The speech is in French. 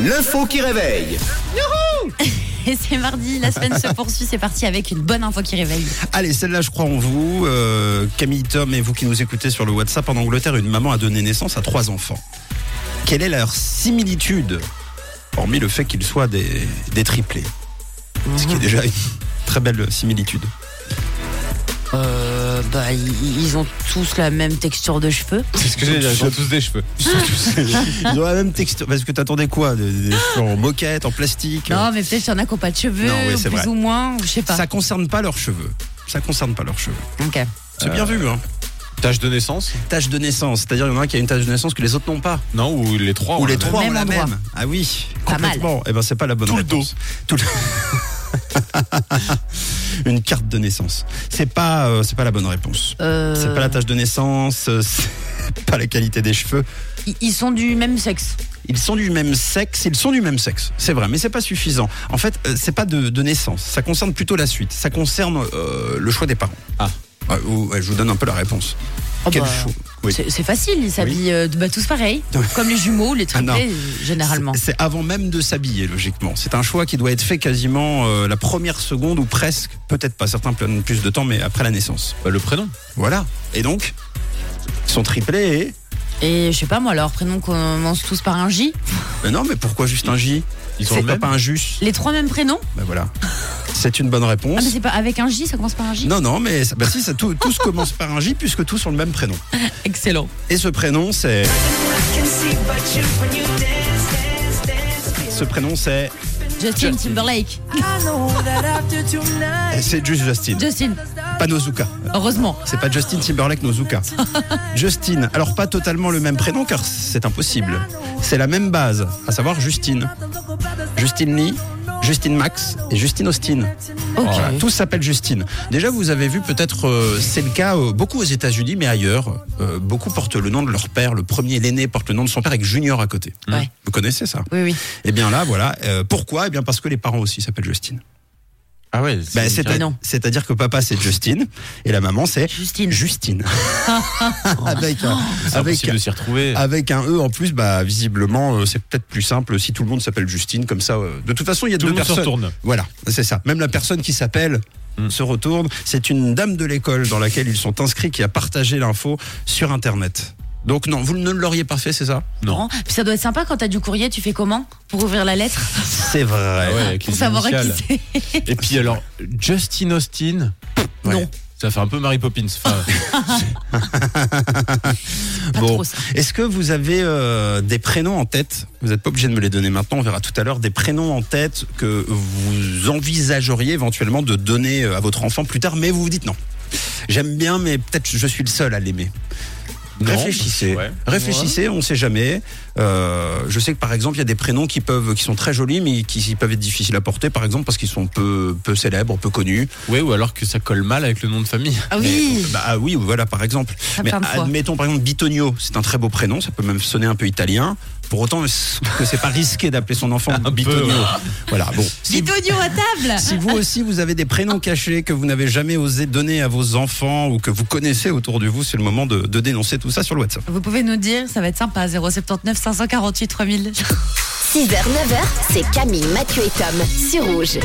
L'info qui réveille. Et c'est mardi, la semaine se poursuit, c'est parti avec une bonne info qui réveille. Allez, celle-là, je crois en vous. Euh, Camille, Tom et vous qui nous écoutez sur le WhatsApp. En Angleterre, une maman a donné naissance à trois enfants. Quelle est leur similitude Hormis le fait qu'ils soient des, des triplés. Ce qui est déjà une très belle similitude. Euh, bah, ils ils ont tous la même texture de cheveux. C'est ce que j'ai dit, ils ont tous des cheveux. Ils ont la même texture. Parce que t'attendais quoi Des, des cheveux en moquette, en plastique Non, mais peut-être qu'il y en a qui n'ont pas de cheveux, Non, oui, ou c'est plus vrai. ou moins, ou je sais pas. Ça concerne pas leurs cheveux. Ça concerne pas leurs cheveux. Ok. C'est bien vu, hein. Euh, Tâche de naissance Tâche de naissance. C'est-à-dire, il y en a un qui a une tâche de naissance que les autres n'ont pas. Non, ou les trois Ou on les a trois Même ont la endroit. même. Ah oui, Pas mal. complètement. Eh ben c'est pas la bonne Tout le réponse. Tout le Une carte de naissance. C'est pas euh, c'est pas la bonne réponse. Euh, C'est pas la tâche de naissance, euh, c'est pas la qualité des cheveux. ils- Ils sont du même sexe. Ils sont du même sexe, ils sont du même sexe. C'est vrai, mais c'est pas suffisant. En fait, euh, c'est pas de, de naissance. Ça concerne plutôt la suite. Ça concerne euh, le choix des parents. Ah. Ouais, ou- ouais, je vous donne un peu la réponse. Oh Quel bah, choix Oui. C'est c'est facile, ils s'habillent euh, bah, tous pareil, comme les jumeaux, les Ah non. triplés, euh, généralement. C'est c'est avant même de s'habiller, logiquement. C'est un choix qui doit être fait quasiment euh, la première seconde ou presque. Peut-être pas, certains prennent plus de temps, mais après la naissance. Bah, le prénom. Voilà. Et donc, ils sont triplés et. Et je sais pas moi, leur prénom commence tous par un J. Mais non, mais pourquoi juste un J Ils ont C'est le pas même pas un jus Les trois mêmes prénoms Ben voilà. C'est une bonne Ah, réponse. mais c'est pas avec un J, ça commence par un J non, non, mais ça- ben si, ça, tout- tous commencent par un J puisque tous ont le même prénom. Excellent. Et ce prénom, c'est. Ce prénom, c'est. Justin Justin. Timberlake. C'est juste Justin. Justin, Pas Nozuka. heureusement. C'est pas Justin Timberlake Nozuka. Justin, alors pas totalement le même prénom car c'est impossible. C'est la même base, à savoir Justine. Justine Lee, Justine Max et Justine Austin. Ok. Voilà, tous s'appellent Justine. Déjà, vous avez vu peut-être, euh, c'est le cas euh, beaucoup aux États-Unis, mais ailleurs, euh, beaucoup portent le nom de leur père. Le premier, l'aîné, porte le nom de son père avec Junior à côté. Ouais. Vous connaissez ça Oui, oui. Eh bien là, voilà. Euh, pourquoi Eh bien parce que les parents aussi s'appellent Justine. Ah ouais, Ben, c'est- Mais non. C'est-à-dire que papa c'est Justine et la maman c'est Justine. Justine. avec un, Oh, avec, c'est impossible de s'y Ah, retrouver. avec un E en plus, bah, visiblement, euh, c'est peut-être plus simple si tout le monde s'appelle Justine, comme ça. euh, de toute façon, il y a Tout deux le monde se personnes. retourne. Mm. Voilà, c'est ça. Même la personne qui s'appelle se retourne. C'est une dame de l'école dans laquelle ils sont inscrits qui a partagé l'info sur Internet. Donc non, vous ne l'auriez pas fait, c'est ça Non. Puis ça doit être sympa quand t'as du courrier, tu fais comment Pour ouvrir la lettre C'est vrai. Ah ouais, avec Pour les savoir à qui initiales. c'est Et puis alors, Justin Austin. Ouais. Non, Ça fait un peu Mary Poppins. Enfin, pas Bon. trop ça. Est-ce que vous avez euh, des prénoms en tête Vous n'êtes pas obligé de me les donner maintenant, on verra tout à l'heure. Des prénoms en tête que vous envisageriez éventuellement de donner euh, à votre enfant plus tard, mais vous vous dites non. J'aime bien, mais peut-être je suis le seul à l'aimer. Non, Réfléchissez. ouais. Réfléchissez, on ne sait jamais. Euh, je sais que par exemple, il y a des prénoms qui peuvent, qui sont très jolis, mais qui, qui peuvent être difficiles à porter, par exemple parce qu'ils sont peu, peu célèbres, peu connus. ouais, ou alors que ça colle mal avec le nom de famille. Ah oui Bah ah oui, voilà par exemple. Ah, Mais plein de fois. admettons par exemple Bitonio, c'est un très beau prénom, ça peut même sonner un peu italien. Pour autant que c'est pas risqué d'appeler son enfant peu, Bitonio. ouais. Voilà, bon. Si vous, Bitonio à table si vous aussi vous avez des prénoms cachés que vous n'avez jamais osé donner à vos enfants ou que vous connaissez autour de vous, c'est le moment de, de dénoncer tout ça sur le WhatsApp. Vous pouvez nous dire, ça va être sympa, 079 548 3000. 6h, 9h, c'est Camille, Mathieu et Tom sur Rouge.